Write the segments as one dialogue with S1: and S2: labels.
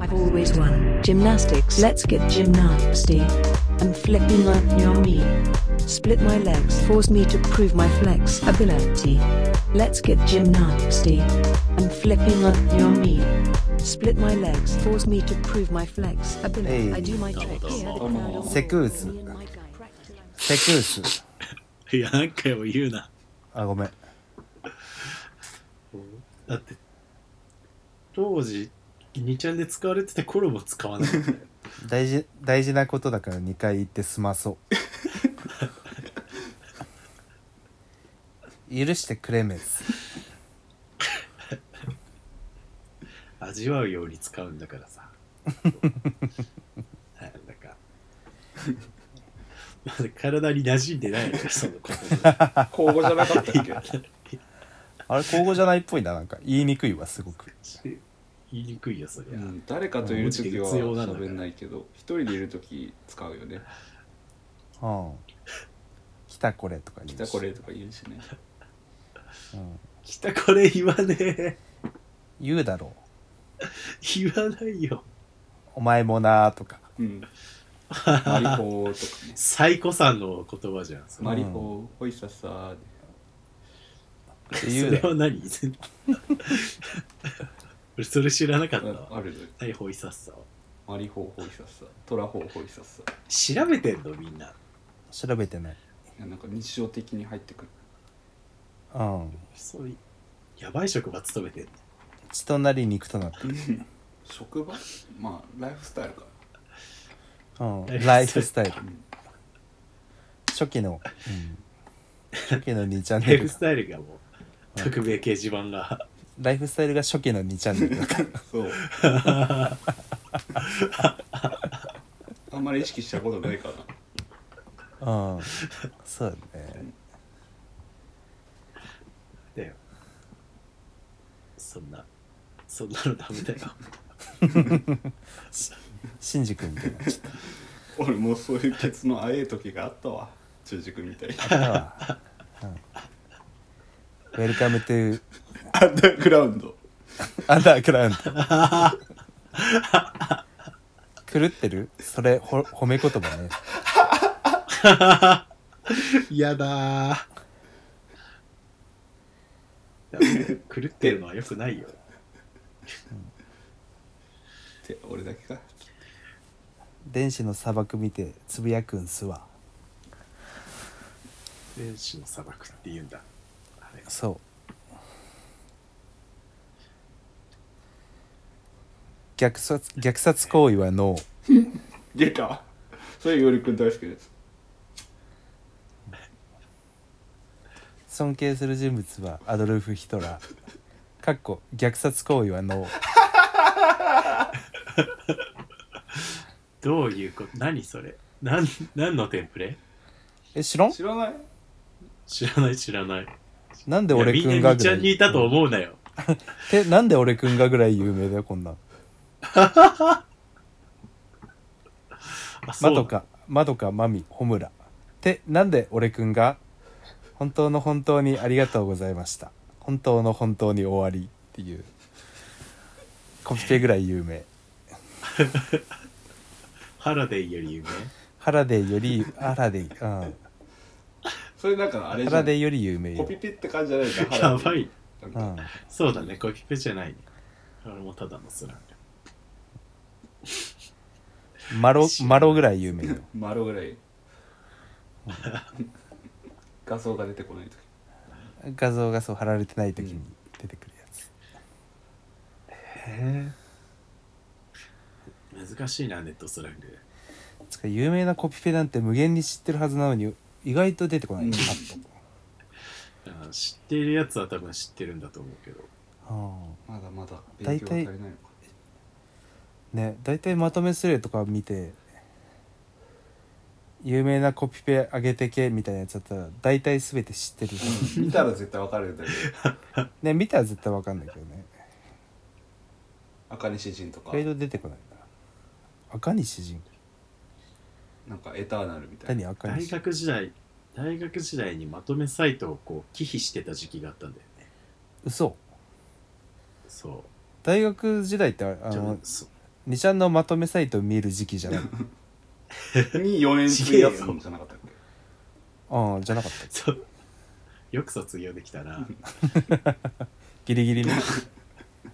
S1: I've always won. Gymnastics. Let's get gymnasty. I'm flipping up your knee. Split my legs. Force me to prove my flexibility. Let's get gymnasty. I'm flipping up your knee. Split my legs. Force me to prove my flexibility.
S2: Hey.
S1: I do my tricks. Hear the crowd all
S2: セクウス
S1: me and my guy.
S2: セクウス
S3: いや、何回も言うな。
S2: あごめん
S3: だって、当時、2ちゃんで使われてた頃も使 わない。
S2: 大事大事なことだから2回言って済まそう許してくれメス
S3: 味わうように使うんだからさ。なんだ か。まだ体に馴染んでないから、そのこと。
S4: 交互じゃなかったっ け
S2: あれ口語じゃないっぽいななんか言いにくいわすごく
S3: 言いにくいよ、そり
S4: う
S3: ゃ。
S4: ん、誰かといる時は
S3: 必要なんだから
S4: 喋んないけど一人でいる時使う よね
S2: うん来たこれとか
S4: 「
S2: 言
S4: 来
S2: うした
S4: これ」とか言うしね
S2: うん、
S3: 来たこれ言わねえ。
S2: 言うだろう
S3: 言わないよ。
S2: お前もなーとか
S4: うんマリホーとかね
S3: サイコさんの言葉じゃん。それ
S4: マリホーほいささ
S2: って
S3: そ
S2: 言う
S3: れ
S2: だろ
S3: は何 俺それ知らなかった
S4: ーあ
S3: わ。
S4: あるのよ
S3: はい、ホイサッサは。
S4: マリホーほいささトラホーほいささ
S3: 調べてんのみんな。
S2: 調べてない
S4: いやなんか日常的に入ってくる
S2: うん
S3: そういやばい職場勤めてんの。
S2: 血となり肉となっ
S4: 職場まあライフスタイ ルか
S2: た、うん、
S3: ラ
S2: ラ
S3: イ
S2: イ
S3: フ
S2: フ
S3: ス
S2: ス
S3: タ
S2: タ
S3: イ
S2: イ
S3: ル
S2: ル初期の、うん、初期の2チャン
S3: ヘ
S2: ネ
S3: ル
S2: ル
S3: スタイルがもう、
S2: うん
S3: 特命掲示板が。
S2: ライフスタイルが初期の2チャンネルだから
S4: そうあんまり意識したことないかな
S2: うん、そうだね。
S3: だよ。そんな、そんなのダメだよ。
S2: シンジ君みたいになっちゃっ
S4: 俺もうそういうケツのあええ時があったわ中軸みたいな
S2: たわ。うん、ウェルカムトゥ
S4: アンダーグラウンド
S2: アンダーグラウンド。狂ってるそれほ褒め言葉ね。
S3: やだー。だから狂ってるのはよくないよ。
S4: って俺だけか
S2: 電子の砂漠見てつぶやくんすわ。
S3: 天使の砂漠って言うんだ。あれ
S2: そう。虐殺虐殺行為はノー。
S4: 出たそれよりくん大好きです
S2: 尊敬する人物はアドルフ・ヒトラー。かっこ虐殺行為はノー。
S3: どういうこと何それなん何のテンプレ
S2: え、知らん
S4: 知らない
S3: 知らない知らない。
S2: なんで
S3: いや
S2: 俺
S3: み
S2: く
S3: ん
S2: ん
S3: な
S2: が
S3: み
S2: ぐ
S3: ち
S2: ら
S3: ゃ
S2: い
S3: んにいたと思うなよ。
S2: えなんで俺くんがぐらい有名だよこんなん
S3: あ、そ
S2: ま
S3: う
S2: どかまどかまみほむらてなんで俺くんが本当の本当にありがとうございました本当の本当に終わりっていうコピペぐらい有名
S3: ハラデイより有名。
S2: ハラデイよりハラデイうんハ
S4: それなんかあれじゃ
S2: ラ
S4: ん
S2: デイより有名
S4: コ
S2: よ
S4: ピ、ペって感じじゃないか
S3: やばい。
S4: なん
S2: う
S4: か
S2: ん、
S3: そうだね、コピペじゃないね。俺もただのスラング。
S2: マロマロぐらい有名よ
S4: 丸ぐらい画像が出てこない時
S2: 画像がそう貼られてない時に出てくるやつ、
S3: へえ。難しいな、ネットスラング。
S2: つか有名なコピペなんて無限に知ってるはずなのに意外と出てこない、
S4: うん
S2: パッと
S3: あ知ってるやつは多分知ってるんだと思うけど。
S2: うん
S4: まだまだ勉
S2: 大
S4: 強が足
S2: 体
S4: りないのか
S2: ね大体まとめスレとか見て有名なコピペ上げてけみたいなやつだったら大体全て知ってる
S4: 見たら絶対わかるんだけど
S2: ね見たら絶対わかんないけどね
S4: 赤西仁とか
S2: 意外と出てこないな赤西人
S4: なんかエターナルみたい
S2: 何
S4: な
S2: 赤
S3: 大
S2: 西
S3: 学時代、大学時代にまとめサイトをこう、忌避してた時期があったんだよね。
S2: 嘘
S3: そう。
S2: 大学時代ってああ
S3: じゃあ
S2: の
S3: そ
S2: 2ちゃんのまとめサイト見る時期 じゃない
S4: に4年費やすんじゃなかったっけ
S2: うんじゃなかった
S3: そうよく卒業できた な
S2: ギリギ リね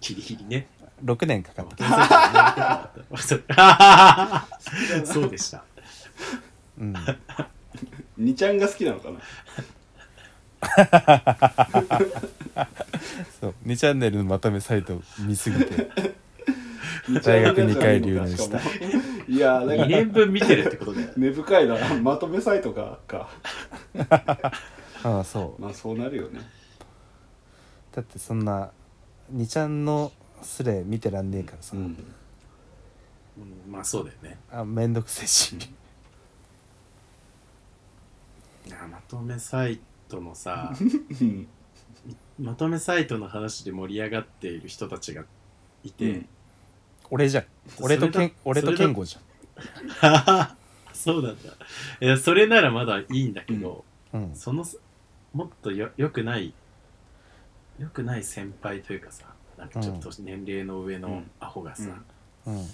S3: ギリギリね
S2: 6年かかった
S3: そうでした
S2: うん
S4: 2ちゃんが好きなのかな
S2: そう2チャンネルのまとめサイト見すぎて
S4: 二ち
S2: 大
S4: ゃんが
S2: 学2回留年した
S4: しかもいやーだ
S3: 2
S4: から
S3: 年分見てるってことだよ
S4: 根深いなまとめサイトかか
S2: ああそう
S4: まあそうなるよね
S2: だってそんな2ちゃんのスレ見てらんねえからさ、
S4: うん
S3: うんまあそうだよね
S2: あめんどくせえし
S3: いやまとめサイトのさ
S4: うん
S3: まとめサイトの話で盛り上がっている人たちがいて、
S2: 俺じゃん 俺とけん
S3: それ
S2: 俺
S3: だ
S2: と健吾じ
S3: そうなんだいやそれならまだいいんだけど、
S2: ゃんうん
S3: そのもっとよよくないよくない先輩というかさなんかちょっと年齢の上
S4: う
S3: の
S4: ん
S3: アホがさ、
S2: うん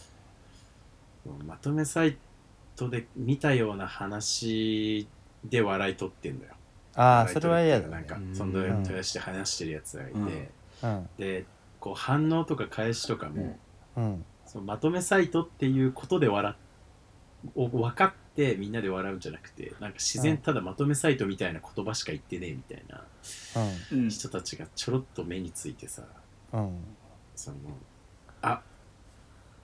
S3: まとめサイトで見たような話で笑い取ってんだよ
S2: ああ
S3: 笑い
S2: そ
S3: 取
S2: れは
S3: る
S2: 嫌
S3: って
S2: だ
S3: いう
S2: ね
S3: かなんか
S4: ね
S3: その
S2: うん
S3: 豊橋で話してるやつがいて、
S4: うん
S2: うん
S3: でこう反応とか返しとかも、
S4: うん
S2: うん
S3: そのまとめサイトっていうことで笑っを分かってみんなで笑うんじゃなくてなんか自
S2: うん
S3: 然ただまとめサイトみたいな言葉しか言ってねえみたいな
S2: う
S4: うん
S3: 人たちがちょろっと目についてさ
S2: んうん
S3: そのあ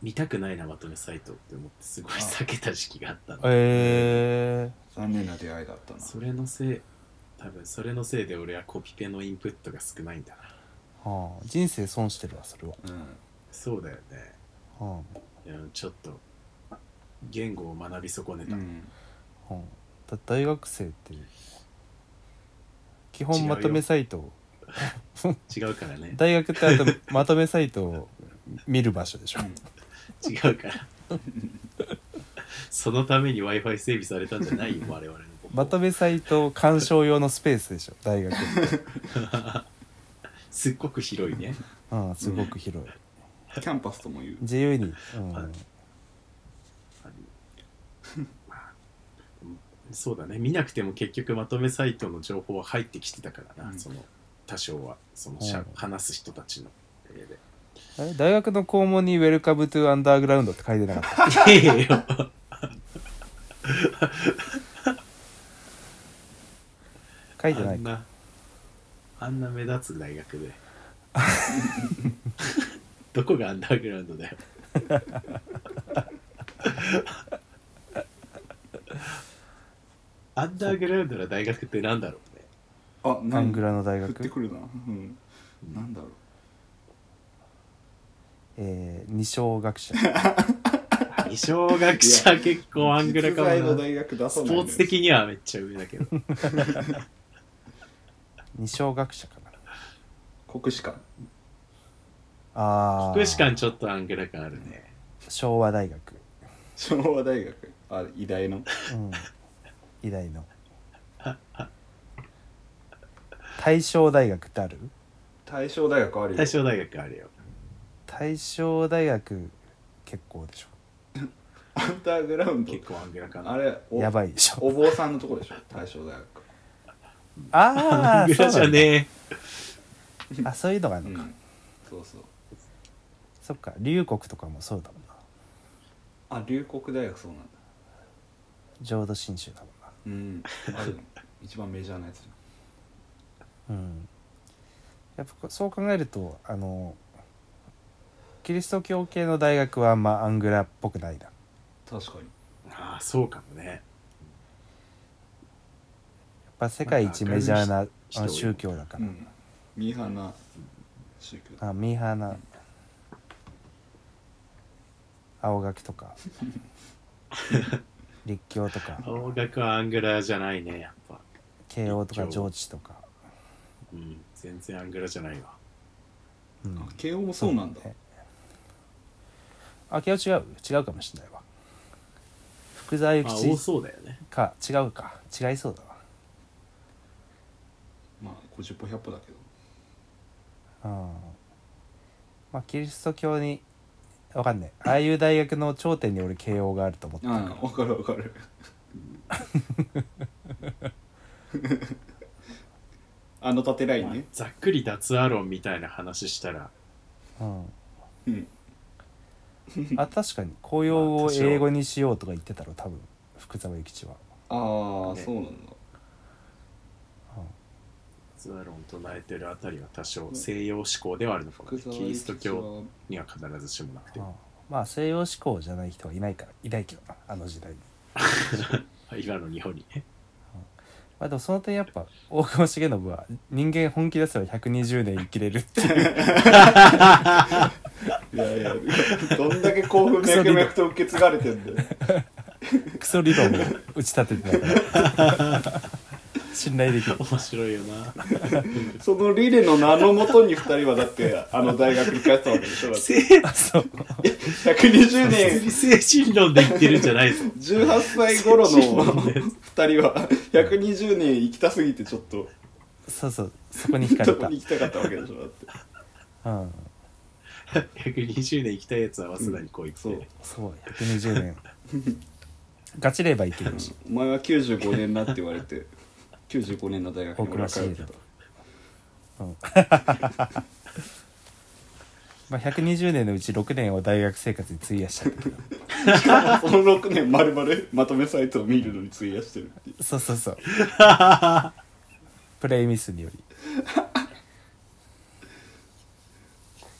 S3: 見たくないなまとめサイトって思ってすごい避けた時期があったの
S2: え
S4: 残念な出会いだったな
S3: それのせい多分それのせいで俺はコピペのインプットが少ないんだな
S2: ーはあ、人生損してるわそれは、
S4: うん
S3: そうだよね
S2: は
S3: いやちょっと言語を学び損ね
S4: う
S3: た、
S4: ん
S2: あはあ、だ大学生って基本まとめサイトを
S3: 違うからね
S2: 大学ってあとまとめサイトを見る場所でしょ
S3: 違うからそのために w i f i 整備されたんじゃ ないよ我々のここ
S2: まとめサイト鑑賞用のスペースでしょ大 学って
S3: すっごく広 いね
S2: うんすごく広い
S4: キャンパスとも言う
S2: 自由に、うん
S3: はいそうだね見なくても結局まとめサイトの情報は入ってきてたからな、
S4: うん
S3: その多少はそのしゃ、
S2: うん
S3: 話す人 たちのえーで
S2: あれ大学の校門に「ウェルカムトゥアンダーグラウンド」って書いてなかった
S3: いやいやよ
S2: 書いて
S3: あ
S2: ない
S3: んなあんな目立つ大 学でどこがアンダーグラウンド だよアンダーグラウンドな大学ってなんだろうね
S4: あ
S2: アン
S4: 何
S2: グラの大
S4: 降って
S2: 学
S4: くるなうんなんだろう
S2: えー、二小学者
S3: 二小学者結構アングラか
S4: 実在の
S3: もな
S4: 大学出
S3: ス
S4: さ
S3: ポ
S4: ないのよ
S3: ーツ的にはめっちゃ上だけど
S2: 二小学者かな
S4: 国士館
S2: ああ
S3: 福祉館ちょっとアングラ感あるね
S2: 昭和大学
S4: 昭和大学あ偉大の
S2: うん偉大 の大正大学ってある
S4: 大正大学あるよ
S3: 大正大学あるよ
S2: 大正大学結構でし
S4: アンダーグラウンド
S3: 結構アングラ感
S4: あれ
S2: ょ
S4: お
S2: やばいでしょ
S4: お坊さんのとこでしょ大正大学
S2: あ
S3: アン
S2: あ
S3: グ
S2: そう
S3: ラじゃ
S2: なんだ
S3: ね
S2: あそういうのがあ
S4: う
S2: るのか、
S4: んそうそう
S2: そっか龍谷とかもそうだもんな
S4: あ龍谷大学そうなんだ
S2: 浄土真宗だもんな
S4: うんあるの一番メジャーなやつじ
S2: うん、やっぱそう考えるとあのキリスト教系の大学はあんまアングラっぽくないな
S4: ゃん確かに
S3: えああそうかもね
S2: やっぱ世界一メジャーなあ
S3: 明るい人
S2: の宗教だか
S4: う
S2: ら、
S4: んミーハーな宗教
S2: あミーハーな青学と か立教とか
S3: 青学はアングラじゃないねやっぱ
S2: 慶応とか
S3: 立教
S2: 上智とか、
S3: うん全然アングラじゃないわ
S2: うん
S4: あ慶応もそうなんだ
S2: ねあ慶応違う違うかもしれないわ福沢諭
S3: まあ多
S2: 吉
S3: そうだよね
S2: か違うか違いそうだわ
S4: まあ50歩100歩だけど
S2: うんまあキリスト教にわかんないああいう大学の頂点に俺慶応があると思って
S4: うんわかるわか るあの縦ライン
S3: まあ
S4: ね、
S3: ざっくり脱アロンみたいな話したら
S2: うん
S4: うん、
S2: あ確かに公用語を英語にしようとか言ってたろ多分福沢諭吉は
S4: ああ
S3: ね
S4: そうなんだ
S3: 脱アロンを唱えてるあたりは多少西洋思考ではあるのかも
S4: 福
S3: ね
S4: 沢
S3: キリスト教
S4: 諭吉は
S3: には必ずしもなくて
S2: うんまあ西洋志向じゃない人はいないからいないけどなあの時代に、
S3: 今の日本にね
S2: まあ、でもその点やっぱ大久保重信は人間本気出せば120年生きれるっていう
S4: いやいやどんだけ興奮脈々と受け継がれてんだよ
S2: クソ理論を打ち立ててたから信頼できる
S3: 面白いよな
S4: その理念の名のもとに2人はだってあの大学に通ったわけでしょだって
S3: 精
S2: あそう
S4: 120年
S3: 精神論で言ってるんじゃない ぞ
S4: 18歳 頃の
S3: 精神
S4: 2
S3: 論
S4: 人は120年生きたすぎてちょっと
S2: そうそうそこに惹か
S4: ちょ
S2: れ
S4: っと
S2: た、
S4: 行きたかったわけでしょだって
S2: うん、
S3: 120年生きたやつは早稲田にこう行って、
S4: そう
S2: そう120年ガチれば生きるし
S4: お前は95年だって言われて95年の大学
S2: 大
S4: に
S2: 倉
S4: 通
S2: 士
S4: って
S2: 英
S4: た
S2: だと、うん、まあ120年のうち6年を大学生活に費やしたけど
S4: しかもその6年まるまるまとめサイトを見るのに費やしてるっていう
S2: そうそうそうプレイミスにより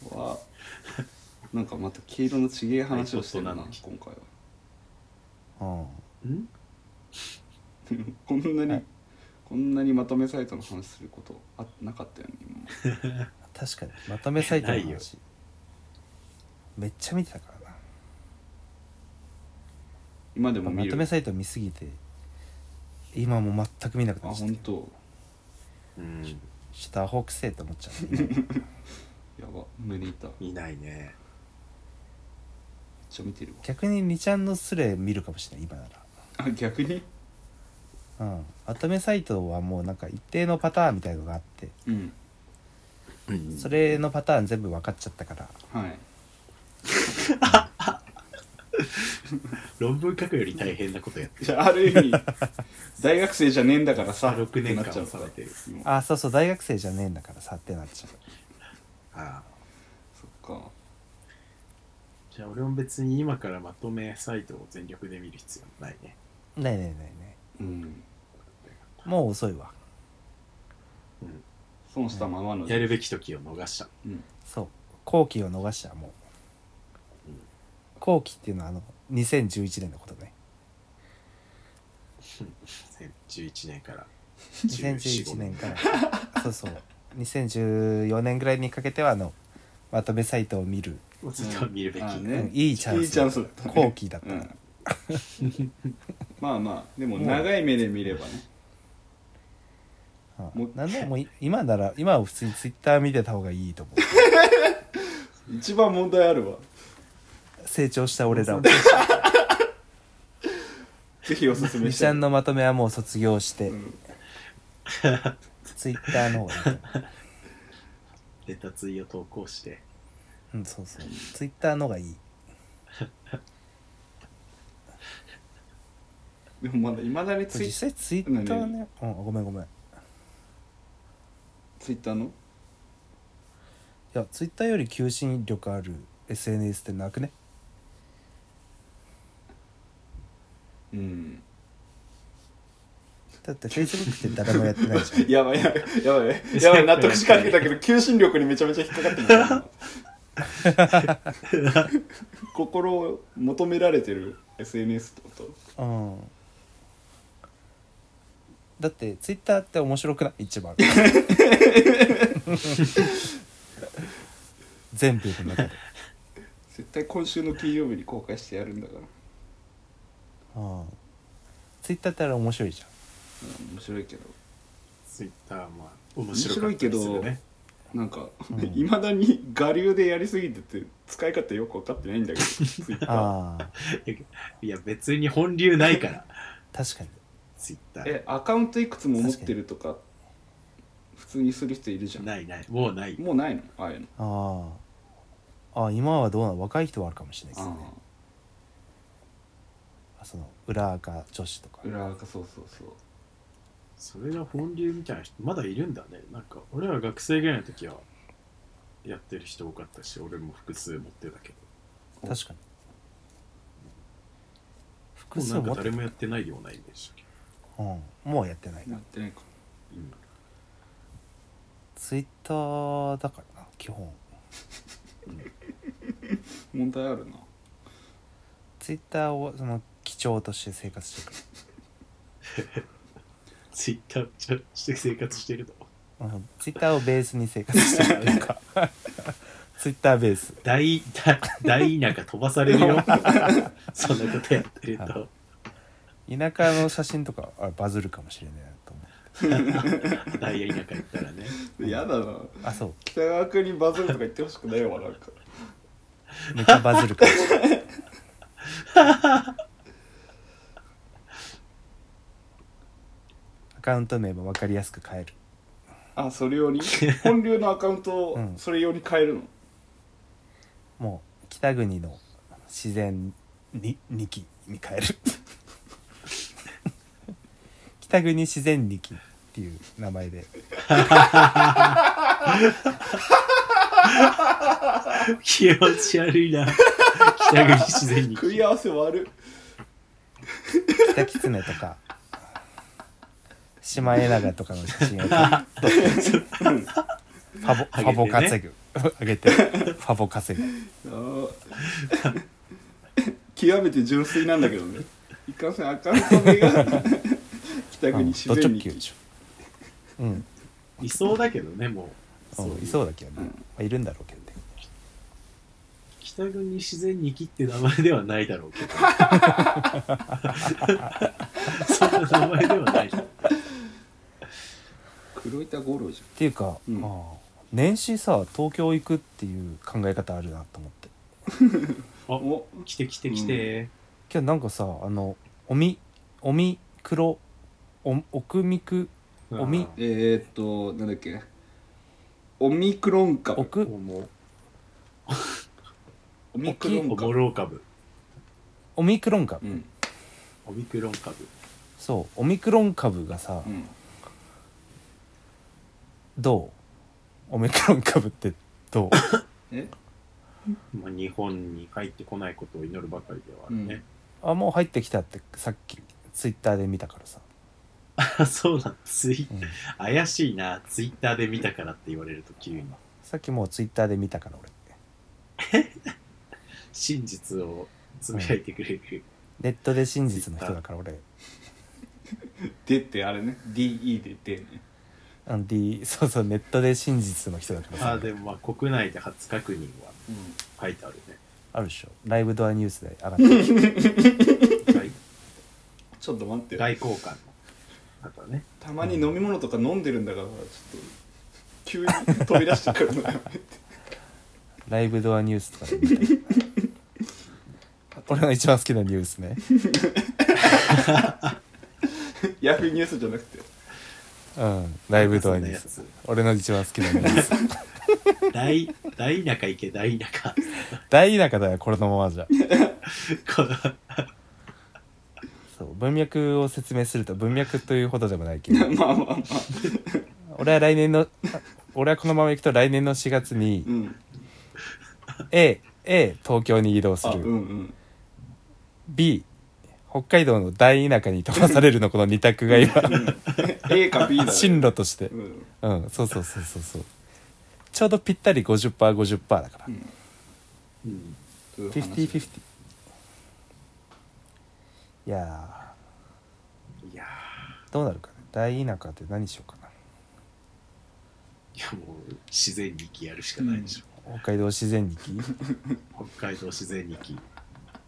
S4: わなんかまた黄色のちげえ話をしてるな
S3: はい
S4: 今
S3: ちょ
S4: 回は
S2: うん
S3: ん
S4: こんなに、
S2: はい
S4: こんなにまとめサイトの話することあなかったよね今まで
S2: 確かにまとめサイトの
S3: ないよ
S2: 話めっちゃ見てたからな
S4: 今でも
S2: ま
S4: 見
S2: と
S4: る、
S2: めサイト見すぎて今もう全く見なく
S4: あ
S2: なっちゃった
S4: 本当
S3: うん
S2: ちょっとアホくせえと思っちゃう今
S4: やば胸痛めっ
S3: いないね
S4: ちゃ見てるわ
S2: 逆に2ちゃんのスレ見るかもしれない今な
S4: あ逆に
S2: らうんまとめサイトはもうなんか一定のパターンみたいのがあって
S4: うん
S3: うん
S2: それのパターン全部分かっちゃったから
S4: はい
S3: 論文書くより大変なことやって
S4: じゃあある 意味大学生じゃねえんだからさ
S3: 6年間
S4: ってなっちゃ
S3: さ
S4: う
S3: れてる
S4: 今
S2: あそうそう大学生じゃねえんだからさってなっちゃう
S3: ああ
S4: そっか
S3: じゃあ俺も別に今からまとめサイトを全力で見る必要ないね
S2: ねえねえねえね
S4: うん
S2: えもう遅いわ
S4: 損したままの
S3: やるべき時を逃した
S4: うん
S2: そう後期を逃したらもう後期っていうのはあの2011年のことね
S3: 2011年から
S2: 2011年からそうそう2014年ぐらいにかけてはあのまとめサイトを見る
S3: もうずっと見るべき、
S4: あー
S2: う
S4: ね
S2: んいいチャンス
S4: いいチャンスだったね
S2: 後期だった
S4: う
S2: ら
S4: ん まあまあでも長い目で見ればね
S2: うん
S4: もう
S2: なんでもうい今なら今は普通にツイッター見てた方がいいと思
S4: 一番問題あるわ
S2: う成長した俺 らを
S4: ぜひおすすめ
S2: み
S4: し
S2: ち
S4: て
S2: ゃんのまとめはもう卒業して、
S4: ん
S2: ツイッターの方がいいと思
S3: ネタツイを投稿して
S2: う、うん、そうそうツイッターの方がいい
S4: でもまだいまだにツイ
S2: 実際ツイッターね、うん、ごめんごめんい
S4: ツイッターの
S2: やツイッターより求心力ある SNS ってなくね
S4: うん
S2: だって Facebook って誰もやってないじゃん
S4: やばいやばいやば いやばい納得しかけたけど求心力にめちゃめちゃ引っかかってる今 心を求められてる SNS ってこと
S2: うんだってツイッターって面白くない一番全部の中で
S4: 絶対今週の金曜日に公開してやるんだから、
S2: うんツイッターってあれ面白いじ
S4: うん面白いけど
S3: ツイッターはまあ面白かったりするね
S4: なんか
S2: うん
S4: いま、未だに我流でやりすぎてて使い方よく分かってないんだけ どツイッ
S2: ゃん
S4: ター
S2: ああ
S3: いや別に本流ないから
S2: 確かに
S3: ツイッター
S4: えアカウントいくつも持ってるとか普通にする人いるじゃん
S3: ないないもうない
S4: もうないのああいうの
S2: あああ今はどうなの若い人はあるかもしれないです
S4: あ
S2: ねあその裏垢女子とか
S4: あ裏垢そうそうそう
S3: それが本流みたいな人まだいるんだねなんか俺ら学生ぐらいの時はやってる人多かったし俺も複数持ってたけど
S2: 確かに複
S3: もう
S2: 数
S3: なん
S2: 持
S3: か
S2: って
S3: 誰もやってないようなイメージだけ
S2: うん、もうやってない
S4: や
S2: な
S4: ってないか
S3: ど今
S2: ツイッターだからな基本
S4: 問題あるな
S2: ツイッターをその基調として生活してくる
S3: ツイッターとして生活してるの
S2: うんツイッターをベースに生活してるなんか ツイッターベース
S3: 大大大田舎飛ばされるよそんなことやってると
S2: 田舎の写真とかあバズるかもしれないなと思
S3: 大田舎行ったらね
S4: やだな
S2: うあそう
S4: 北川君にバズるとか言ってほしくないわなんか
S2: めっちゃバズるかもしれないアカウント名も分かりやすく変える
S4: あそれ より本流のアカウン
S2: う
S4: トを
S2: ん
S4: それより変えるの、
S2: もう北国の自然に2期に変える北国自然2期っていう名前で
S3: 気持ち悪いな北国自然に
S4: 組み合わせ悪
S2: 北狐とかシマエナガとかの写真を撮ってファボ,、ファボ稼ぐあげてファボ稼ぐ
S4: あー 極めて純粋なんだけどねいかんせんアカウント名 が北
S2: う
S4: 国
S2: ん
S4: 自
S2: ド直
S4: 然に
S2: 球でしょうん
S3: いそうだけどねもう
S2: うんいそうだけどね、まあ、いるんだろうけどね
S3: 北国自然にきって名前ではないだろうけどそんな名前ではない
S4: 黒板五郎じ
S2: っていうか、
S4: うん
S2: まあ年始さ東京行くっていう考え方あるなと思って
S4: ゃんお
S3: 来て来て来て、
S2: けどなんかさあのおみおみ黒おおくみく
S3: うん
S2: おみ
S4: えー、っとなんだっけオミクロン株
S2: おく
S3: おも
S4: オミクロ
S3: お
S4: ン
S3: も
S4: 株
S3: ろう株
S2: オミクロン株、
S4: うん
S3: オミクロン株
S2: そうオミクロン株がさ、
S4: うん
S2: どうオミクロン株ってどう
S4: え
S3: まあ、日本に帰ってこないことを祈るばかりではあるね、
S2: あもう入ってきたってさっきツイッターで見たからさ、
S3: あそうなんツイ
S2: うん
S3: 怪しいなツイッターで見たからって言われると急に
S2: さっきもうツイッターで見たから俺
S3: 真実をつぶやいてくれる、
S2: ネットで真実の人だから俺
S4: でってあれね DE ででね
S2: あの D そうそうネットで真実の人だからさ
S3: あでもまあ国内で初確認は書いてあるね
S2: あるでしょライブドアニュースで上がって る
S3: 外
S4: ちょっと待って
S3: 外交官の方ね
S4: たまに飲み物とか飲んでるんだからちょっと急に飛び出してくるのやめて
S2: ライブドアニュースとかで見た 俺の一番好きなニュースね
S4: ヤフーニュースじゃなくて
S2: うんライブドアニュー
S3: そ
S2: ス
S3: んなや
S2: 俺の一番好きなニュース
S3: 大大中行け大中
S2: 大田舎だよこれのままじゃ
S3: この
S2: そう文脈を説明すると文脈というほどでもないけど
S4: まあまあまあ
S2: 俺は来年のあ俺はこのまま行くと来年の4月に
S4: うん
S2: A, A 東京に移動す
S4: あ
S2: る、
S4: うんうん、
S2: B 北海道の大田舎に飛ばされ るのこの2択が今
S4: A か B だ、ね、
S2: 進路として
S4: うん、
S2: うんそうそうそうそうそうちょうどぴったり 50%50% だから、
S4: うん
S3: うん
S4: そういう話
S2: 50-50いや
S3: いや
S2: ーどうなるかね大田舎って何しようかな
S3: ーいやもう自然にきやるしかないでしょ、
S2: 北海道自然日記
S3: 北海道自然にき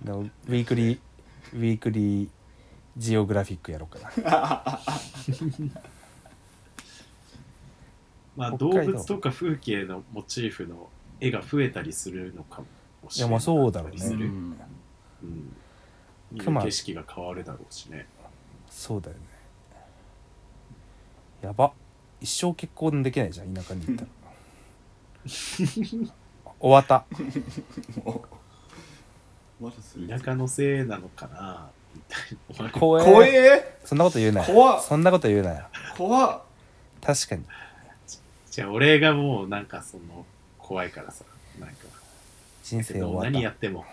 S2: のウィークリーウィークリージオグラフィックやろうかな
S3: まあ
S2: 北
S3: 動
S2: 海道
S3: 物とか風景のモチーフの絵が増えたりするのかもしれない
S2: いやまあそうだろうね
S3: す
S4: う
S3: る
S4: ん
S3: うん見る
S2: 熊
S3: 景色が変わるだろうしね
S2: そうだよねや ば一生結婚できないじゃん田舎に行ったらおわた
S4: まだする
S3: 田舎のせいなのかなみたいな。
S2: 怖え
S4: 怖え
S2: そんなこと言うなよ
S4: 怖っ
S2: そんなこと言うなよ
S4: 怖っ
S2: 確かに
S3: じゃあ俺がもうなんかその怖いからさ、なんか
S2: 人生終
S3: もう
S2: わ
S3: 何や
S2: っ
S3: っても、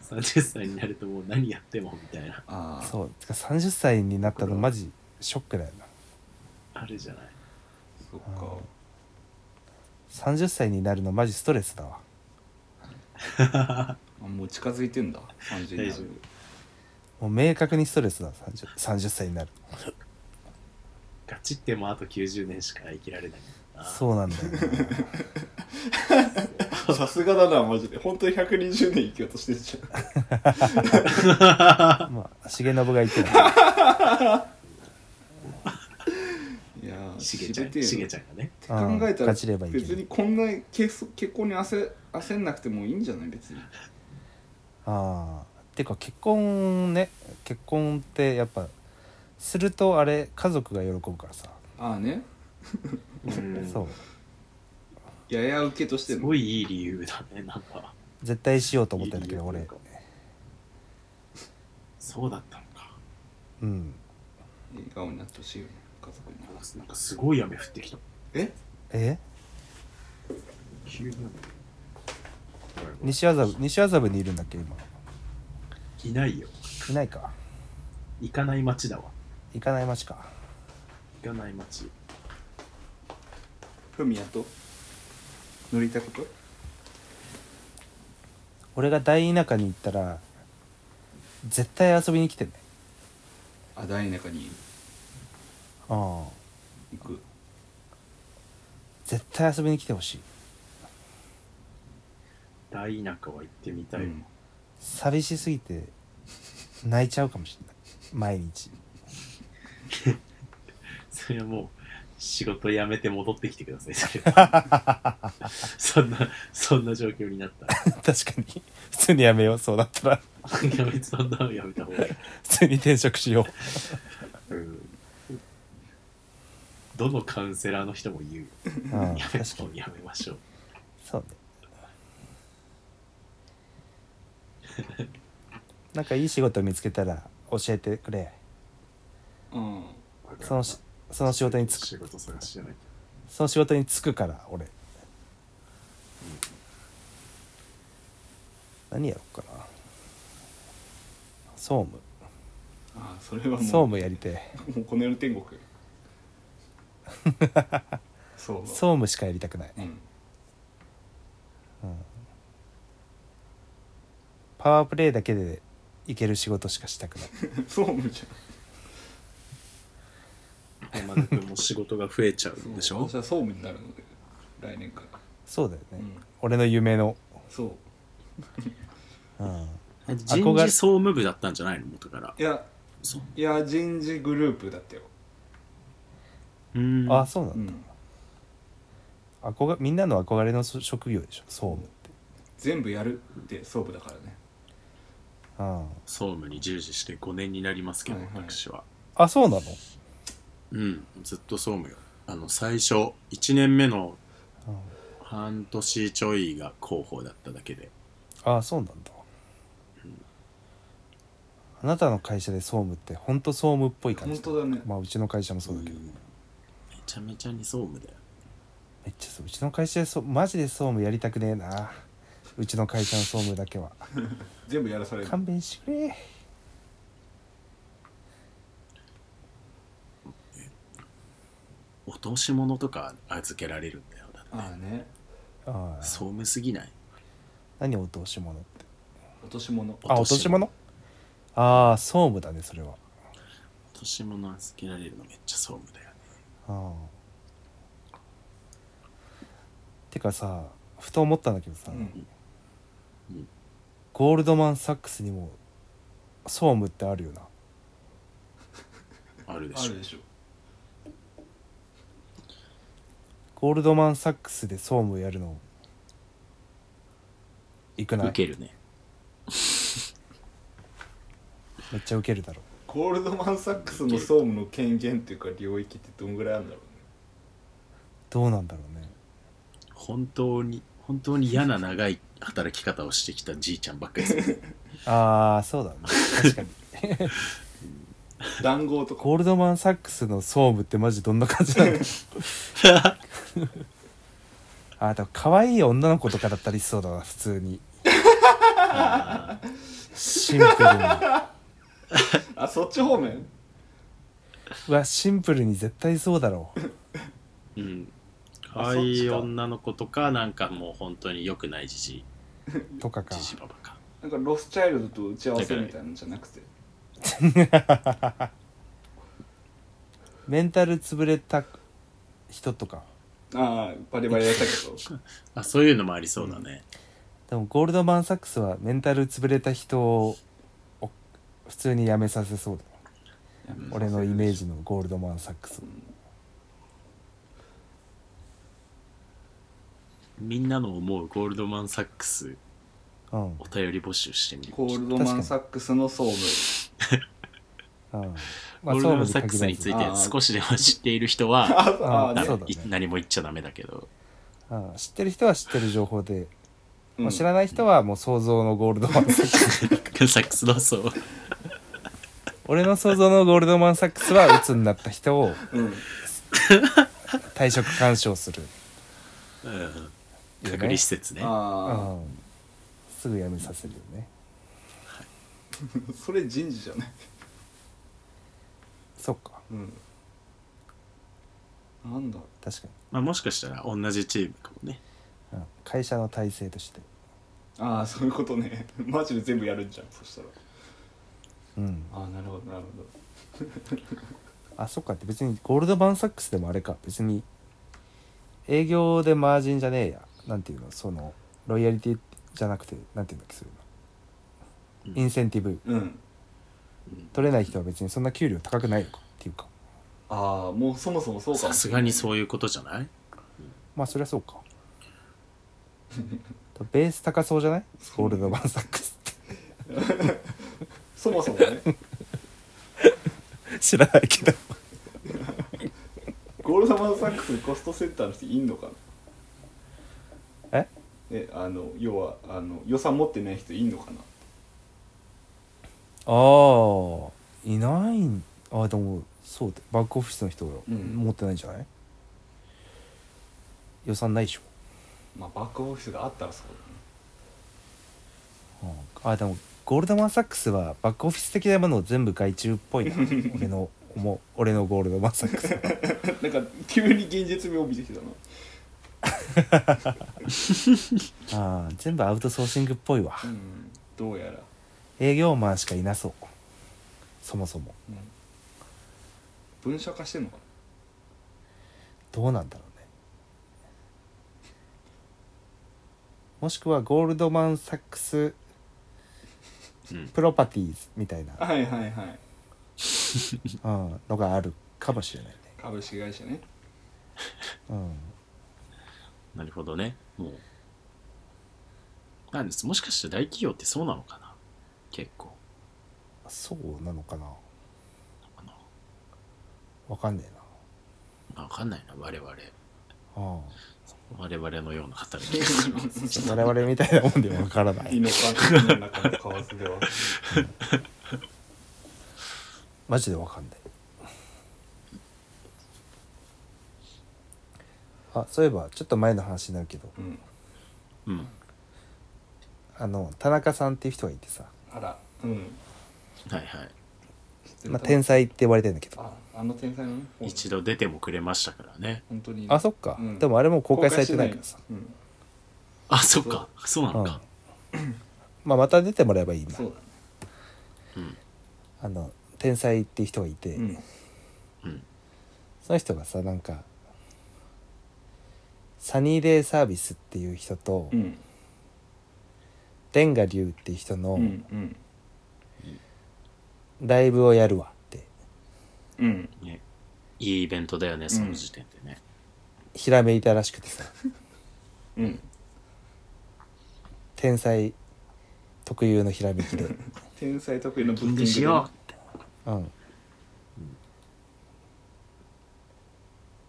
S3: 30歳になるともう何やってもみたいな、
S4: あ
S2: た
S4: あ
S2: そうてか30歳になったのマジショックだよな
S3: あるじゃない。
S4: そっか
S2: 30歳になるのマジストレスだわ
S4: あもう近づいてんだ感じにな
S3: 大丈
S4: る
S2: もう明確にストレスだ 30, 30歳になる
S3: ガチってもうあと90年しか生きられない。あー
S2: そうなんだよな
S4: さすがだなマジで本当に120年生きようとしてるじゃん
S2: まあ重信が言ってた
S4: いやー
S3: しげちゃん、
S4: 知れてえな
S3: しげちゃんがね。
S4: 考えた
S2: うん勝
S4: ら
S2: ちればいいけど
S4: 別にこんな結結婚に焦焦んなくてもいいんじゃない別に
S2: ああてか結婚ね結婚ってやっぱするとあれ家族が喜ぶからさ、
S4: ああね
S2: そう
S4: やや受けとして
S3: す
S4: の
S3: ごいいい理由だね、なんか。
S2: 絶対しようと思ってんだけど
S3: いいよ
S2: 俺
S3: そうだったのか。
S2: うん
S4: 笑顔になってほしいよね家族に
S3: なんかすごい雨降ってきた。
S4: え
S2: え
S3: 急に
S2: 西麻布西麻布にいるんだっけ今
S3: いないよ。
S2: いないか
S3: 行かない街だわ。
S2: 行かない街か
S3: 行かない街。
S4: ふみやと乗りたいこと
S2: 俺が大田舎に行ったら絶対遊びに来てね
S4: あ大中に
S2: ああ
S4: 行く
S2: 絶対遊びに来てほしい
S3: 大田舎は行ってみたい。
S4: うん
S2: 寂しすぎて泣いちゃうかもしれない毎日
S3: それはもう、仕事辞めて戻ってきてください。それ そんな、そんな状況になったら。
S2: 確かに普通にやめようそうだったら
S3: やめそんなのやめた方がいい。
S2: 普通に転職しよ
S3: うんどのカウンセラーの人も言うよ。
S2: う、うん、
S3: や
S2: 確か
S3: め
S2: に
S3: もうやめましょう。
S2: そう ねなんかいい仕事見つけたら教えてくれ
S4: うん
S2: そのしその仕事に就く
S3: 仕事探しじゃない。
S2: その仕事に就くから俺何やろうかな総
S4: あそれはもう
S2: 務総務やりてえ
S4: もうこの世の天 国そう
S2: 総務しかやりたくない
S4: うん
S2: パワープレイだけでいける仕事しかしたくない
S4: そうむじ
S3: 山田君も仕事が増えちゃ
S4: ゃ
S3: うんでしょ
S4: 私はそうむになるので来年から
S2: そうだよね、
S4: うん
S2: 俺の夢の、
S4: そ
S2: うん、
S3: 人事総務部だったんじゃないの元から
S4: ういや
S3: そう
S4: いや人事グループだったよ
S3: うん
S2: あそうなんだ、
S4: うん
S2: 憧みんなの憧れの職業でしょ総務って、
S4: 全部やるって総務だからね
S2: うん、
S3: 総務に従事して5年になりますけど、
S4: はいはい
S3: 私は
S2: あそうなの
S3: うんずっと総務よあの最初1年目の
S2: うん
S3: 半年ちょいが広報だっただけで
S2: ああそうなんだ、あなたの会社で総務ってほんと総務っぽい感
S4: 本
S2: じ
S4: 当だね
S2: まあうちの会社もそうだけど、
S3: んめちゃめちゃに総務だよ
S2: めっちゃそううちの会社でそうマジで総務やりたくねえなうちの会社の総務だけは
S4: 全部やらされる
S2: 勘弁してくれ
S3: 落とし物とか預けられるんだよだって
S4: ああね
S2: ああ
S3: 総務すぎない
S2: 何落とし物って
S4: 落とし物
S2: あ落
S3: 落
S2: と
S3: とし
S2: し
S3: 物
S2: 物ああ総務だねそれは
S3: 落とし物預けられるのめっちゃ総務だよね
S2: ああてかさふと思ったんだけどさ、
S4: うん
S2: ゴールドマン・サックスにも総務ってあるよな
S3: あるで
S4: あ
S3: しょ
S4: るでしょ
S2: ゴールドマン・サックスで総務やるの行くな
S3: 受
S2: い
S3: けるね
S2: めっちゃウケるだろ
S4: ゴールドマン・サックスの総務の権限っていうか領域ってどんぐらいあるんだろうね
S2: どうなんだろうね
S3: 本当に本当に嫌な長い働き方をしてきたじいちゃんばっかりですね
S2: ああそうだね確 かに
S4: 談合とか
S2: ゴールドマン・サックスの総務ってマジどんな感じ なんだあーでも可愛い女の子とかだったりしそうだな普通 に
S3: あー
S2: シンプルに
S4: あそっち方面
S2: うわシンプルに絶対そうだろう
S3: うん可
S4: あ
S3: 愛
S4: そっ
S3: い
S4: ちか
S3: 女の子とかなんかもう本当に良くないじじい
S2: とかか
S3: じじばばか
S4: なんかロスチャイルドと打ち合わせみたいなのじゃなくて
S2: メンタル潰れた人とか
S4: ああバリバリやったけど
S3: あそういうのもありそうだね、
S2: でもゴールドマン・サックスはメンタル潰れた人をお普通に辞めさせそうだな 俺のイメージのゴールドマン・サックス
S3: みんなの思うゴールドマン・サックス
S2: うん
S3: お便り募集してみる
S4: ゴールドマン・サックスの総務
S2: うん
S3: ゴールドマン・サックスについ
S2: て
S3: て
S4: あー
S3: 少しでも知っている人は
S4: あ
S2: あ
S4: あ
S3: な
S4: ね
S2: そうだね
S3: い何も言っちゃダメだけど
S2: うん知ってる人は知ってる情報で、
S4: うん
S2: まあ、知らない人はもう想像のゴールドマン・サック ス
S3: サックスだそう
S2: 俺の想像のゴールドマン・サックスは鬱になった人を
S4: うん
S2: 退職勧奨する、
S3: うん隔離施設ね
S2: う
S4: あ
S2: ん、すぐ辞めさせるよね
S4: あそれ人事じゃない
S2: そっか
S4: うんなんだろ
S2: 確かに、
S3: まあ、もしかしたら同じチームかもね
S2: うん、会社の体制として
S4: うああそういうことね マジで全部やるんじゃんそしたら
S2: うん
S4: ああなるほどなるほど
S2: あそっかって別にゴールドマン・サックスでもあれか別に営業でマージンじゃねえやなんていうのそのロイヤリティじゃなくてなんていうんだっけそういうのインセンティブ
S4: うん
S2: 取れない人は別にそんな給料高くないのかっていうか
S4: ああもうそもそもそうか
S3: さ
S4: も
S3: すがにそういうことじゃない
S2: まあそりゃそう かベース高そうじゃないゴールドマン・サックスっ
S4: そもそも ね
S2: て知らないけど
S4: ゴールドマン・サックスにコストセンターの人いんのかな
S2: え
S4: えあの要はあの予算持ってない人いんのかな
S2: ああいないんあでもそうだバックオフィスの人が
S4: うん
S2: 持ってないんじゃない、予算ないでしょ
S4: まあバックオフィスがあったらそう
S2: うんあでもゴールドマン・サックスはバックオフィス的なものを全部外注っぽい な俺の思う俺のゴールドマン・サックスは
S4: だ、ね、 なんか急に現実味を帯びてきたな
S2: あー全部アウトソーシングっぽいわ
S4: うんどうやら、
S2: 営業マンしかいなそうそもそも
S4: うん、分社化してんのか
S2: どうなんだろうねもしくはゴールドマン・サックス
S3: うん
S2: プロパティーズみたいな
S4: なはいはいはい
S2: うんのがあるかもしれないね、
S4: 株式会 社ね
S2: うん、
S3: なるほどねもうなんですもしかして大企業ってそうなのかな結構
S2: そうなのかな
S3: あの
S2: わかんねえ
S3: まあわかんないな我々
S2: な、うん、
S3: 我々のような働き 方をして
S2: 我々みたいなもんでわからない
S4: いいのか世の中の為替では
S2: マジでわかんないあそういえばちょっと前の話になるけど
S4: うん
S3: うん
S2: あの田中さんっていう人がいてさ、
S4: あらうん
S3: はいはい
S4: 知ってる
S2: まあ、天才って言われてんだけど
S4: ああの天才のね
S3: 一度出てもくれましたからね
S4: 本当に
S2: あそっか、
S4: うん
S2: でもあれもう公開されてないからさ、
S4: 公開してない
S3: あそっかそうな
S2: う
S3: の
S2: ん
S3: か、
S2: まあ、また出てもらえばいい
S4: うん
S2: な
S4: そうだね
S3: うん
S2: あの天才っていう人がいて、
S4: うん
S3: うん
S2: その人がさなんかサニーデイサービスっていう人と、
S4: うん
S2: レンガ流っていう人の
S4: うんうん
S2: ライブをやるわって
S4: うん
S3: ねいいイベントだよねその時点でね、
S2: ひらめいたらしくてさ
S4: うん
S2: 天才特有のひらめきで、
S4: 天才得意のブッキングで
S3: で
S4: ね
S3: しよ
S2: うん、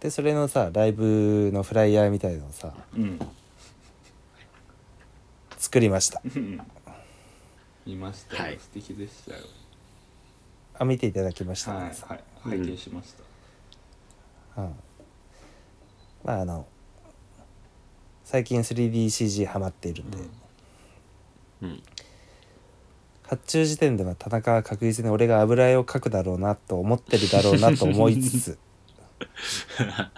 S2: でそれのさライブのフライヤーみたいのをさ
S4: うん
S2: 作りました
S5: 見ましたよ、
S3: はい
S5: 素敵でしたよ
S2: あ見ていただきました、
S5: はいはい拝見しました、
S2: うん、まああの最近 3DCG ハマっているんで、
S5: うん
S3: うん。
S2: 発注時点では田中は確実に俺が油絵を描くだろうなと思ってるだろうなと思いつ つ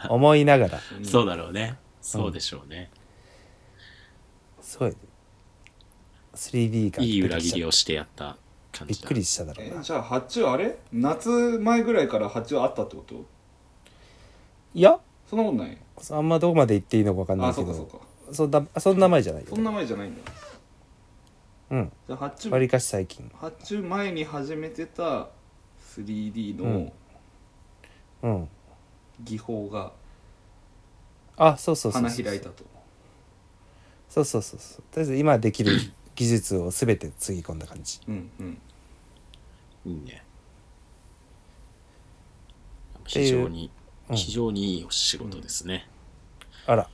S2: 思いながら
S3: そうだろうね。そうでしょうね。
S2: そうやで 3D が
S3: いい
S2: びっく
S3: 裏
S2: りし
S3: 切
S2: た
S3: りをしてやった感
S2: び
S3: じ
S2: っ
S3: だ。
S2: くりしただろう
S4: え
S2: な
S4: じゃあ発注あれ夏前ぐらいから発注あったってこと
S2: いや
S4: そんなことない
S2: あんまどこまで行っていいのか分かんない
S4: あ
S2: け
S4: そうかそう
S2: ど
S4: か
S2: そんなそんな前じゃないよ
S4: そんな前じゃないんだ
S2: うん
S4: じゃあ発注
S2: わりかし最近
S4: 発注前に始めてた 3D
S2: う
S4: の
S2: んうん
S4: 技法が
S2: あそうそうそう
S4: 花
S2: そう
S4: 開いたと
S2: そうそうそうそうとりあえず今できる技術を全てつぎ込んだ感じ
S4: うんうん
S3: いいね。
S2: ていう
S3: 非常に、
S2: うん
S3: 非常にいいお仕事ですね。
S2: あら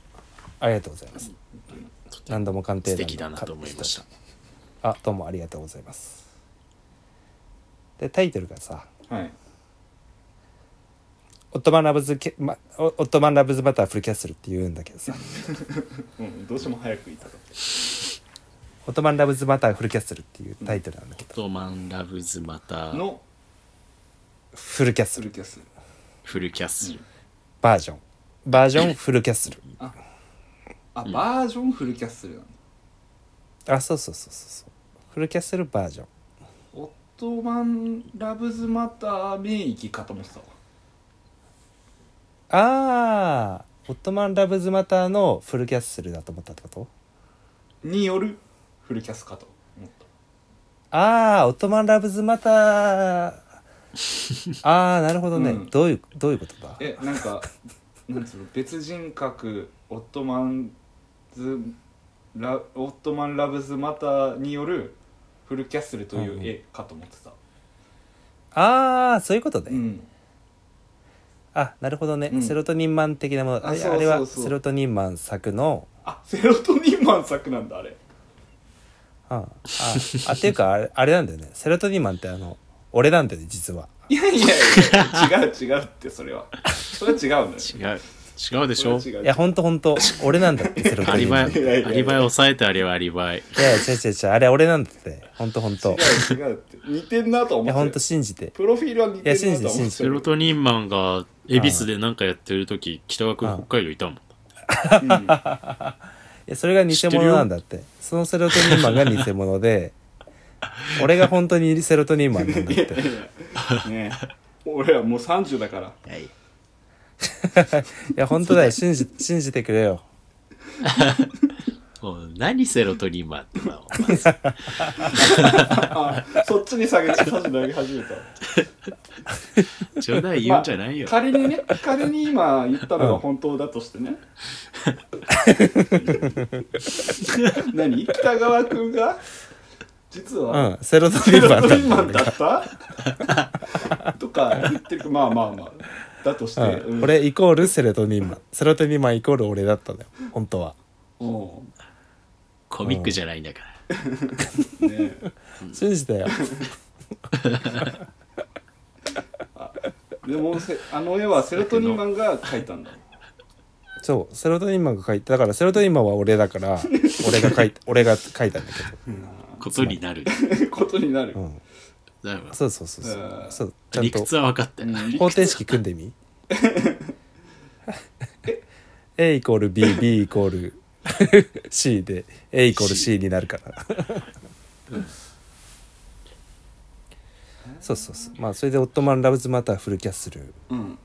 S2: ありがとうございます何度も鑑定
S3: 素
S2: 団の
S3: 敵だなと思いました。
S2: あどうもありがとうございますでタイトルがさ
S4: はい
S2: 「オットマン・ラブズ・ケま、オオットマン・ラブズ・バターフル・キャッスル」って言うんだけどさ
S4: うんどうしても早く言いたかった
S2: 「オットマン・ラブズ・バターフル・キャッスル」っていうタイトルなんだけど、
S3: ドマンラブズまた
S4: の
S2: フルキャッス
S4: ス
S2: ル
S4: ルキャス
S3: フルキャッスル。
S2: バージョンバージョンフルキャッスル
S4: あバージョンフルキャッスルなんだ
S2: あそうそうそうそうそうフルキャッスルバージョン
S4: オットマンラブズマター名域かと思ってたわ
S2: あーオットマン・ラブズ・マターのフルキャッスルだと思ったってこと
S4: によるフルキャスかと思った
S2: あーオットマン・ラブズ・マターあーなるほどね、
S4: うん
S2: どういうどういうことだ
S4: えなん かなんつうの別人格オットマンズラオットマンラブズマターによるフルキャッスルという絵かと思ってた、
S2: ああそういうことね、
S4: うん
S2: あなるほどね、
S4: うん
S2: セロトニンマン的なもの
S4: あ
S2: あれ
S4: そう
S2: あれは
S4: そうそう
S2: セロトニンマン作の
S4: あセロトニンマン作なんだあれ
S2: うんああっていうかあれあれなんだよねセロトニンマンってあの俺なんだよね実はい
S4: やいやいや 違う違うってそれはそれは違うのよ
S3: 違う。違うでしょ
S4: それは違う
S2: いやほんとほんと俺なんだってセロト
S3: ア
S2: ニ
S3: リ
S2: ンマ
S3: バ
S2: ン
S3: イ、
S2: い
S4: やいやいや
S3: アリバイ抑えてあれはアリバイ。
S2: やいや違う違う違うあれ俺なんだってほんとほんと
S4: 違う違うって似てんなとはい思
S2: やほ
S4: っ
S2: んと
S4: てた
S2: 信じて
S4: プロフィールは似てん
S2: い
S4: なとは思
S2: や信
S4: っ
S2: じて
S4: てた
S3: セロトニンマンが恵比寿でなんかやってる時、北川君北海道いたもん。
S2: いやそれが偽物なんだってそのセロトニンマンが偽物で俺が本当にセロトニンマンなんだって
S4: ねえ俺はもう30だから
S3: はい。
S2: いや本当だよ信じ信じてくれよ
S3: もう何セロトニンマンってな、お前
S4: あそっちに下げて差し投げ始めた
S3: 冗談言うんじゃないよ。
S4: まあ仮にね仮に今言ったのが本当だとして ね、何北川君が実
S2: う
S4: は、
S2: んセロトニ
S4: セ
S2: ンマン
S4: ロト
S2: だっ
S4: ニンマ
S2: たん
S4: ン
S2: だ
S4: だった とか言ってるまあまあまあだとして、
S2: う、
S4: うんん
S2: 俺イコールセロトニンマンセロトニンマンイコール俺だったんだよ本当は
S4: うん
S3: コミックじゃないんだから。
S4: ねえ
S2: 信じたよ
S4: でもせあの絵はセロトニンマンが描いた んだ
S2: そうセロトニンマンが書いてだからセロトニンマンは俺だから俺が書いた俺が書いたんだけ
S3: ことになる。
S4: ことになる、
S2: ど、うん、
S3: だか
S2: そうそうそうそう,、
S4: うん
S2: そうち
S3: ら
S2: ゃん
S3: 理
S2: と
S3: 屈は分かったよ。
S2: 方程式組んでみ A イコール BB イコール C で A イコール C になるからそうそうそうまあそれで「オットマン・ラブズ・マター・フル・キャッスル」
S4: うん
S2: ま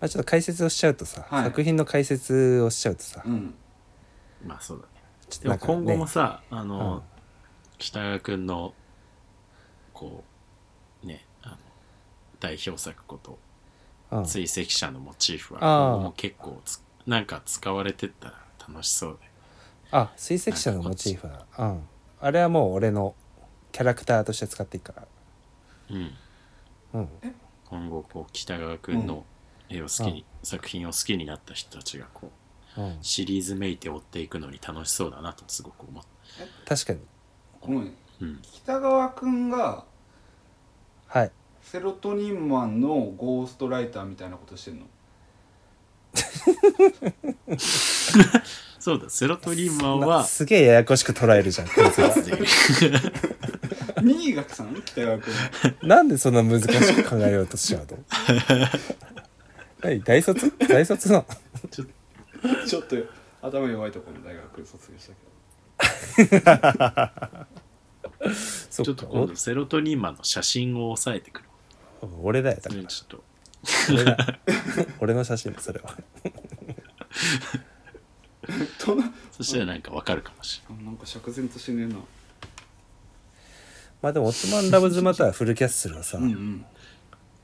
S2: あ、ちょっと解説をしちゃうとさ、
S4: はい
S2: 作品の解説をしちゃうとさ、
S4: うん
S3: まあそうだね。
S2: ちょっと
S3: で
S2: なん
S3: も
S2: か
S3: 今後も
S2: ね
S3: さ、あの、
S2: うん
S3: 北川くんの、こう、ね、あの、代表作こと、
S2: うん、
S3: 追跡者のモチーフは、
S2: あー
S3: 今後も結構つ、なんか使われてったら楽しそうだよ。
S2: あ水石者のモチーフは、うん、あれはもう俺のキャラクターとして使っていくか
S3: うん。
S2: ら、うん、
S3: 今後、こう、北川くんの絵を好きに、作品を好きになった人たちが、こう、
S2: うん、
S3: シリーズめいて追っていくのに楽しそうだなとすごく思っ
S2: 確かに
S6: この
S3: た、うん、
S4: 北川君が
S2: はい
S4: セロトニンマンのゴーストライターみたいなことして んの
S3: そうだセロトニンマンは
S2: すげえややこしく捉えるじゃん こいつら
S4: 新垣さん北川君
S2: なんでそんな難しく考えようとしちゃうの 何大卒大卒なの
S4: ちょっと頭弱いところの大学卒業したけ
S2: そ
S3: ちょっと今度セロトニンマンの写真を押さえてくる
S2: お俺だよだから
S3: ねちょっと
S2: 俺だ 俺の写真だそれは
S4: どどな
S3: そしたらなんかわかるかもし
S4: あなんか釈然としねえな
S2: まあでも「オスマン・ラブズ・またはフルキャッスル」はさ、
S4: うんうん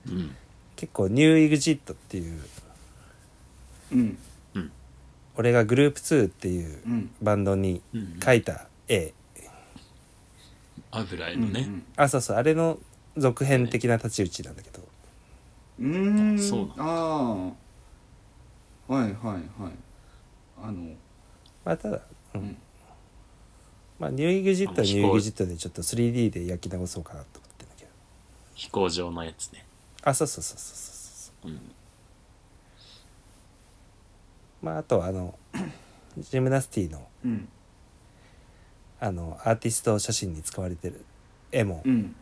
S3: れない、うん、
S2: 結構ニューイグジットっていう
S4: うん
S2: 俺がグループ2っていう
S4: うん
S2: バンドに
S3: うんうん
S2: 書いた絵、
S3: あぐらいのね、
S2: あそうそうあれの続編的な太刀打ちなんだけど
S4: うんうんうーん
S3: あそうなんだ
S4: ああはいはいはいあの
S2: まあただ、うん
S4: うん
S2: まあ、ニューイグジットは
S3: あ
S2: ニュ
S3: の
S2: ーイグジットでちょっと 3D で焼き直そうかなと思ってんだけど
S3: 飛行場のやつね、
S2: あそうそうそうそうそうそ
S3: うん、
S2: うまああとはあのジムナスティの
S4: うん
S2: あのアーティスト写真に使われてる絵も
S4: うん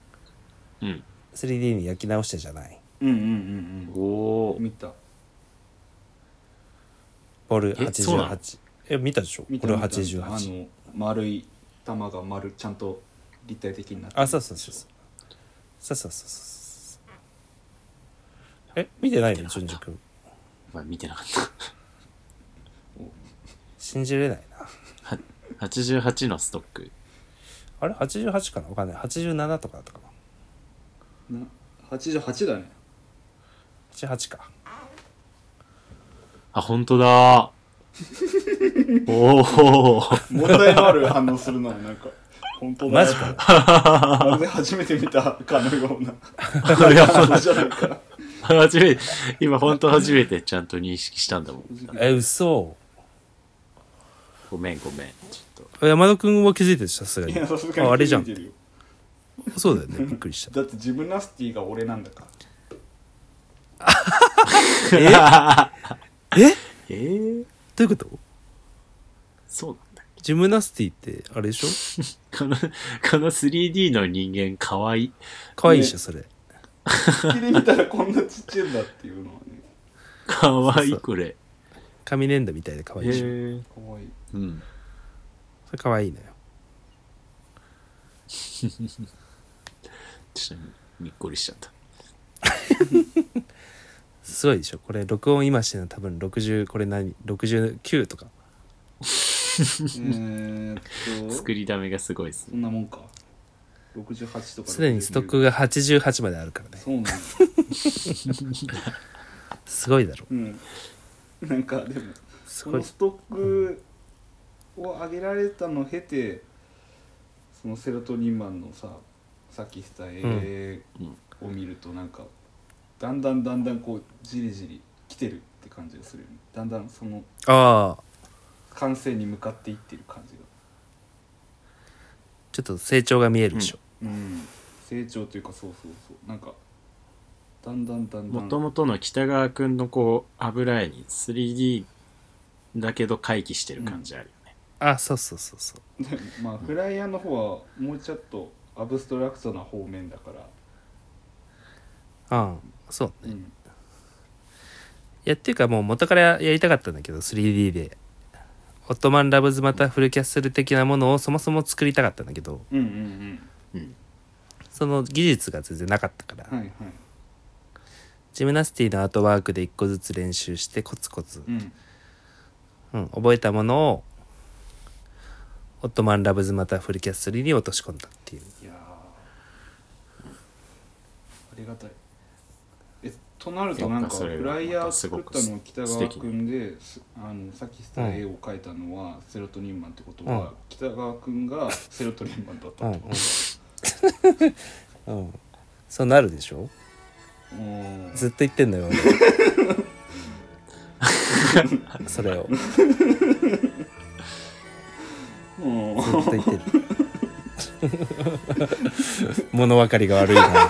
S3: うん、
S2: 3D に焼き直してじゃない
S4: うんうんうん
S3: お
S4: う
S3: お
S4: ん見た
S2: ボール
S3: えそうなの
S2: 88え見たでしょ
S4: 見
S2: こ
S4: た
S2: れ
S4: 見た見たあ
S2: 88
S4: の丸い玉が丸ちゃんと立体的になってる
S2: あそうそうそうそうそうそうそうそうえ見てないの
S3: 見てなかっ
S2: 淳
S3: た
S2: 二君
S3: 前見てなかった
S2: 信じれないな
S3: 88のストック
S2: あれ88かなわかんない87とかだったかな
S4: な88だね
S2: 88か
S3: あ本当 だおお
S4: 問題のある反応するのもなんか本当だ
S2: マジか
S4: ま るで初めて見たかのような
S3: いや
S4: 反応じゃないか
S3: 初めて今本当初めてちゃんと認識したんだもん
S2: え嘘
S3: ごめんごめんちょっと
S2: 山田君は気づいてるさすが
S4: い
S2: に
S4: やさすがに
S2: ああれじゃん
S4: 気づいてるよ
S2: そうだよねびっくり し
S4: だってジムナスティが俺なんだから
S2: たえ
S3: えー、
S2: どういうこと
S3: そうなんだ
S2: ジムナスティってあれでしょ
S3: このこの 3D の人間かわいい
S2: 可愛いでしょそれ
S4: 切り見たらこんなちっちゃいんだっていうのはね
S3: かわい
S2: そう
S3: い
S2: そう
S3: これ
S2: 紙粘土みたいで可愛いでしょ
S3: え
S4: かわいい
S3: うん
S2: それ可愛いのよ
S3: ちょっとにっこりしちゃった
S2: すごいでしょこれ録音今してるの多分60これ何69とか
S4: えーっ
S3: 作
S4: と
S3: りだめがすごいですね
S4: そんなもんか68とか
S2: すでにストックが88まであるからね
S4: そうなんだ
S2: すごいだろ
S4: うんなんかでも
S2: す
S4: そ
S2: ご
S4: の
S2: い
S4: ストックを上げられたのを経てそのセロトニンマンのささっきした絵を見るとなんかだんだんだんだんこうじりじり来てるって感じがするよねだんだんその
S2: ああ
S4: 完成に向かっていってる感じが
S2: ちょっと成長が見えるでしょ、
S4: うん成長というかそうそうそうなんかだんだんだんだ
S3: も
S4: ん
S3: ともとの北川くんのこう油絵に 3D だけど回帰してる感じあるよね、
S2: あそうそうそうそう
S4: でまあフライヤーの方はもうちょっとアブストラクトな方面だから、
S2: ああそう
S4: う
S2: ね
S4: ん、
S2: いやっていうかもう元からやりたかったんだけど 3D でオットマン・ラブズまたフルキャッスル的なものをそもそも作りたかったんだけど
S4: うんうん
S2: その技術が全然なかったから、
S4: うんはいはい
S2: ジムナスティのアートワークで一個ずつ練習してコツコツ、
S4: うん
S2: うん、覚えたものをオットマン・ラブズまたフルキャッスルに落とし込んだっていう
S4: いやーありがたいえとなるとなん
S3: やっ
S4: か
S3: ぱそれは
S4: フライヤ
S3: ま
S4: ー
S3: たす
S4: 作
S3: ご
S4: っ
S3: く
S4: たのは北
S3: 素
S4: 川
S3: 敵
S4: 君ですあのさっきした絵を描いたのはセロトニンマンってことは、
S2: うん
S4: 北川君がセロトニンマンだっ
S2: う
S4: た
S2: ん
S4: ってこ
S2: うん、うん、そうなるでしょ
S4: と、うん、
S2: ずっと言ってんのよ俺それを
S4: もう
S2: ずっと言ってる 物分かりが悪いな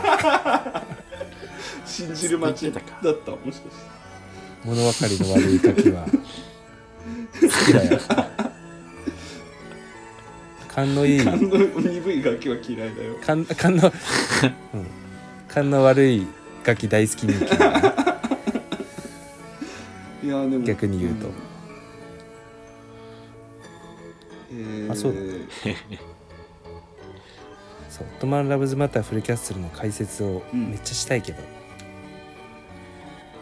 S4: 信じる街だったもしかして
S2: 物分かりの悪いガキは好きだよ勘のいい
S4: 感動鈍い楽器は嫌いだよ
S2: 勘勘の、うん、勘の悪いガキ大好き人気
S4: いやでも
S2: 逆に言うと、
S4: んえー、
S2: あそうだそう「トマン・ラブズ・マター・フルキャッスル」の解説を
S4: うん
S2: めっちゃしたいけど、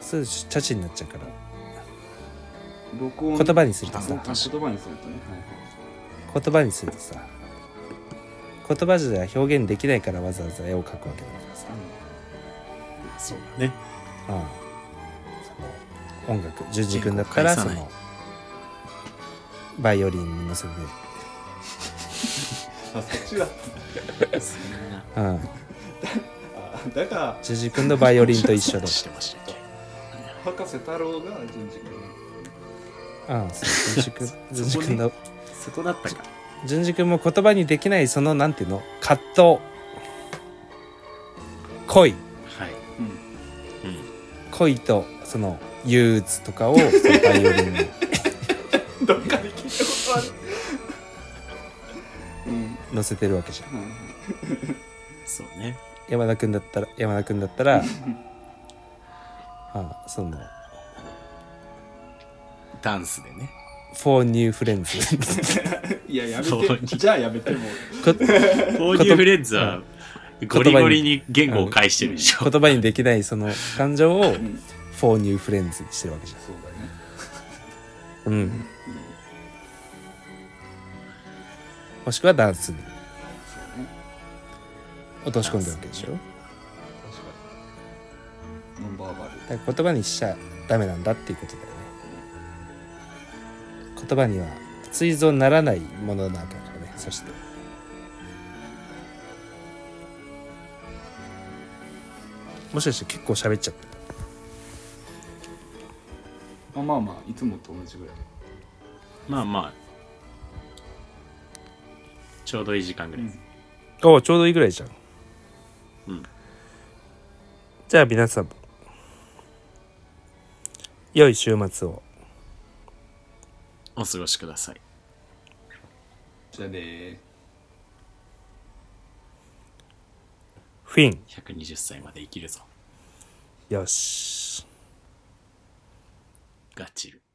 S2: そうチャチになっちゃうから
S4: 録音
S2: 言葉にすると
S4: あ
S2: さ
S4: そうか言葉にするとね、はいはい
S2: 言葉にするとさ言葉じゃ表現できないからわざわざ絵を描くわけだからさ、
S3: そうだね
S2: うん、その音楽淳二君だったら
S3: 言
S2: そ
S3: 語を介さない
S2: のバイオリンに乗せて、
S4: あそっちだ
S3: そんな
S2: うん、
S4: あだから
S2: 淳二君のバイオリンと一緒で、
S3: してましたっけ
S4: 博士太郎が人事君
S2: うん、そう淳二君淳二君の
S3: そこだったか
S2: 淳二君も言葉にできないそのなんていうの葛藤恋
S3: はい
S2: 恋とその憂鬱とかをそのバイオリンに
S4: うん どっかで聞い たことあるうん
S2: 乗せてるわけじゃん
S4: はい
S3: そうね
S2: 山田君だったら山田君だった らあその
S3: ダンスでね
S2: 「フォーニューフレンズ」
S4: いややめ
S3: そう
S4: てじゃあやめても
S2: こ
S3: こういうフレンズはゴリゴリに言語を介してるでしょ
S2: 言葉にできないその感情を
S4: ん
S2: 「フォーニューフレンズ」にしてるわけじゃん
S4: そうだ
S2: う
S4: ね
S2: んもしくはダンスに
S4: そうね
S2: 落とし込んでるわけでしょ
S4: 確かにノンバーバル
S2: だから言葉にしちゃダメなんだっていうことだよね言葉には追贈ならないものなわけだからねそしてもしかして結構喋っちゃった
S4: あまあまあいつもと同じぐらい
S3: まあまあちょうどいい時間ぐらいです、
S2: おおちょうどいいぐらいじゃん
S3: うん
S2: じゃあ皆さんも良い週末を
S3: お過ごしください
S4: じゃあねー
S2: フィン
S3: 120歳まで生きるぞ
S2: よし
S3: ガチル